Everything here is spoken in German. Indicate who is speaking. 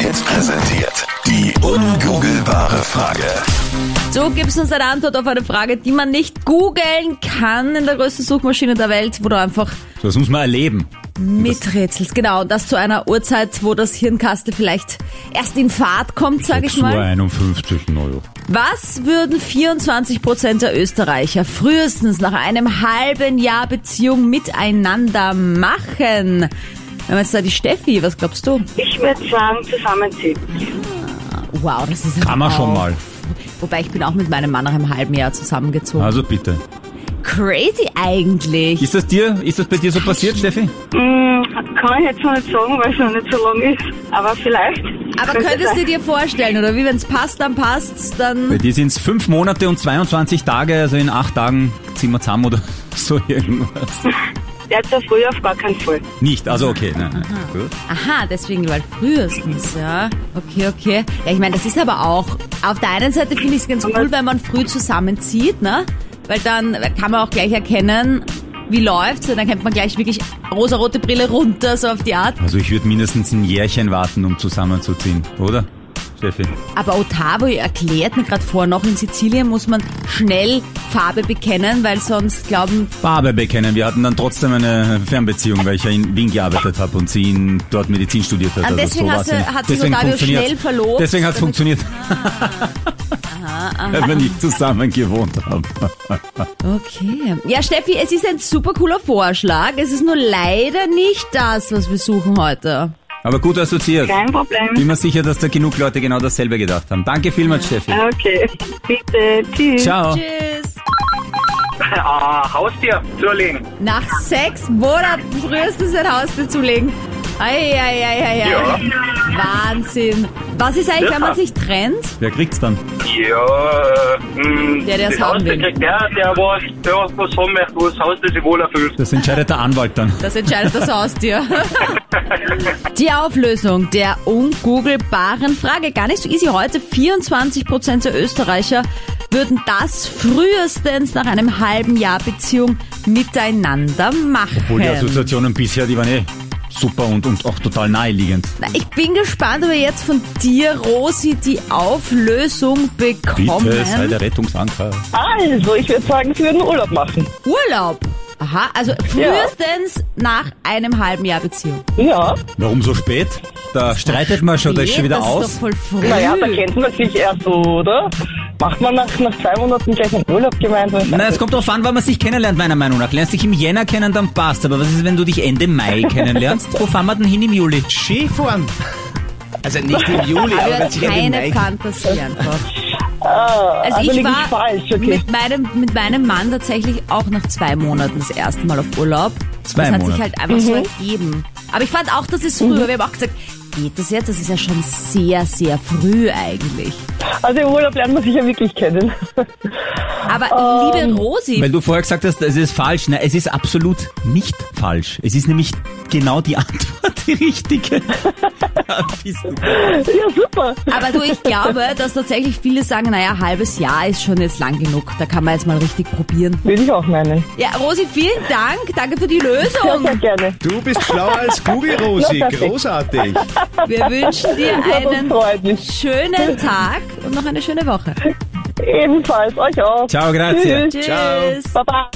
Speaker 1: Hits präsentiert. Die ungoogelbare Frage.
Speaker 2: Du gibst uns eine Antwort auf eine Frage, die man nicht googeln kann in der größten Suchmaschine der Welt, wo du einfach
Speaker 3: So, das muss man erleben.
Speaker 2: miträtselst. Genau, und das zu einer Uhrzeit, wo das Hirnkastel vielleicht erst in Fahrt kommt, sage ich mal.
Speaker 3: 51 Euro.
Speaker 2: Was würden 24% der Österreicher frühestens nach einem halben Jahr Beziehung miteinander machen? Wenn man jetzt da die Steffi, was glaubst du?
Speaker 4: Ich würde sagen, zusammenziehen.
Speaker 2: Wow, das ist
Speaker 3: Kann man
Speaker 2: auch-
Speaker 3: schon mal.
Speaker 2: Wobei ich bin auch mit meinem Mann nach einem halben Jahr zusammengezogen.
Speaker 3: Also bitte.
Speaker 2: Crazy eigentlich.
Speaker 3: Ist das dir, ist das bei dir so passiert, Steffi?
Speaker 4: Hm, kann ich jetzt noch nicht sagen, weil es noch nicht so lang ist. Aber vielleicht.
Speaker 2: Aber
Speaker 4: könnte
Speaker 2: könntest du
Speaker 4: sein.
Speaker 2: dir vorstellen, oder wie, wenn es passt, dann passt's,
Speaker 3: Bei
Speaker 2: dann...
Speaker 3: dir sind es fünf Monate und 22 Tage, also in acht Tagen ziehen wir zusammen oder so irgendwas.
Speaker 4: Jetzt auf früh auf gar keinen Fall.
Speaker 3: Nicht, also okay. Nein, nein. Gut.
Speaker 2: Aha, deswegen, weil frühestens, ja. Okay, okay. Ja, ich meine, das ist aber auch... Auf der einen Seite finde ich es ganz cool, wenn man früh zusammenzieht, ne? Weil dann kann man auch gleich erkennen, wie läuft's. Und dann kennt man gleich wirklich rosarote Brille runter, so auf die Art.
Speaker 3: Also ich würde mindestens ein Jährchen warten, um zusammenzuziehen, oder? Steffi.
Speaker 2: Aber Otavo erklärt mir gerade vor, noch in Sizilien muss man schnell Farbe bekennen, weil sonst glauben
Speaker 3: Farbe bekennen. Wir hatten dann trotzdem eine Fernbeziehung, weil ich ja in Wien gearbeitet habe und sie in, dort Medizin studiert hat. Also
Speaker 2: Ah, deswegen
Speaker 3: so
Speaker 2: hast
Speaker 3: war's
Speaker 2: du-
Speaker 3: ja nicht.
Speaker 2: hat sich Octavio schnell verlobt.
Speaker 3: Deswegen hat es funktioniert. Weil wir nicht zusammen gewohnt haben.
Speaker 2: Okay. Ja, Steffi, es ist ein super cooler Vorschlag. Es ist nur leider nicht das, was wir suchen heute.
Speaker 3: Aber gut assoziiert.
Speaker 4: Kein Problem.
Speaker 3: Bin mir sicher, dass da genug Leute genau dasselbe gedacht haben. Danke vielmals, Steffi.
Speaker 4: Okay. Bitte. Tschüss.
Speaker 3: Ciao.
Speaker 2: Tschüss.
Speaker 5: Ah, Haustier zulegen.
Speaker 2: Nach sechs Monaten frühestens ein Haustier zulegen. Eieieiei.
Speaker 5: Ja.
Speaker 2: Wahnsinn. Was ist eigentlich, wenn man sich trennt?
Speaker 3: Wer kriegt's dann?
Speaker 5: Ja, ähm,
Speaker 2: Der, der's
Speaker 5: das
Speaker 2: haben
Speaker 5: Haustier
Speaker 2: will.
Speaker 5: kriegt der, der was, der was, was haben möchte, wo das Haustier sich wohl erfüllt.
Speaker 3: Das entscheidet der Anwalt dann.
Speaker 2: Das entscheidet das Haustier. Die Auflösung der ungoogelbaren Frage. Gar nicht so easy heute. 24% der Österreicher würden das frühestens nach einem halben Jahr Beziehung miteinander machen.
Speaker 3: Obwohl die Assoziationen bisher, die waren eh super und, und auch total naheliegend.
Speaker 2: Na, ich bin gespannt, ob wir jetzt von dir, Rosi, die Auflösung Oh,
Speaker 3: Bitte, sei
Speaker 2: bekommen.
Speaker 3: der Rettungsanker.
Speaker 6: Also, ich würde sagen, sie würden Urlaub machen.
Speaker 2: Urlaub. Aha, also frühestens nach einem halben Jahr Beziehung.
Speaker 6: Ja,
Speaker 3: Warum so spät? Da streitet man schon, da ist schon wieder
Speaker 2: das
Speaker 3: aus.
Speaker 2: Ist doch voll früh.
Speaker 6: naja,
Speaker 7: Hm.
Speaker 6: da kennt man sich erst so, oder? Macht man nach, nach zwei Monaten gleich einen Urlaub gemeinsam?
Speaker 3: Na, es kommt drauf an, wann man sich kennenlernt, meiner Meinung nach. Lernst dich im Jänner kennen, dann passt. Aber was ist, wenn du dich Ende Mai kennenlernst? Wo fahren wir denn hin im Juli?
Speaker 7: Skifahren. Also nicht im Juli, aber wenn
Speaker 2: Hört
Speaker 7: sich eine
Speaker 2: keine
Speaker 7: Neige...
Speaker 2: Fantasie einfach.
Speaker 6: Ah,
Speaker 2: Also
Speaker 6: also
Speaker 2: ich
Speaker 6: lieg
Speaker 2: war
Speaker 6: falsch, okay.
Speaker 2: mit, meinem, mit meinem Mann tatsächlich auch nach zwei Monaten das erste Mal auf Urlaub.
Speaker 3: Zwei
Speaker 2: das hat sich
Speaker 3: Monate.
Speaker 2: halt einfach
Speaker 6: Mhm.
Speaker 2: so ergeben. Aber ich fand auch, das ist früher. Wir haben auch gesagt, geht das jetzt? Das ist ja schon sehr, sehr früh eigentlich.
Speaker 6: Also im Urlaub lernt man sich ja wirklich kennen.
Speaker 2: Aber
Speaker 6: Ähm.
Speaker 2: liebe Rosi,
Speaker 3: Weil du vorher gesagt hast, es ist falsch. Na, es ist absolut nicht falsch. Es ist nämlich genau die Antwort, die richtige. Ja, bist du.
Speaker 6: ja, super.
Speaker 2: aber du, ich glaube, dass tatsächlich viele sagen, naja, halbes Jahr ist schon jetzt lang genug. Da kann man jetzt mal richtig probieren.
Speaker 6: Würde ich auch meinen.
Speaker 2: Ja, Rosi, vielen Dank. Danke für die
Speaker 6: Ja, sehr
Speaker 2: Lösung.
Speaker 6: gerne.
Speaker 7: Du bist schlauer als Google, Rosi.
Speaker 6: Ja, perfekt.
Speaker 7: Großartig.
Speaker 2: Wir wünschen dir
Speaker 6: Das
Speaker 2: einen
Speaker 6: freut mich.
Speaker 2: schönen Tag und noch eine schöne Woche.
Speaker 6: Ebenfalls, euch auch.
Speaker 3: Ciao, grazie.
Speaker 6: Tschüss.
Speaker 2: Tschüss.
Speaker 7: Ciao.
Speaker 6: Baba.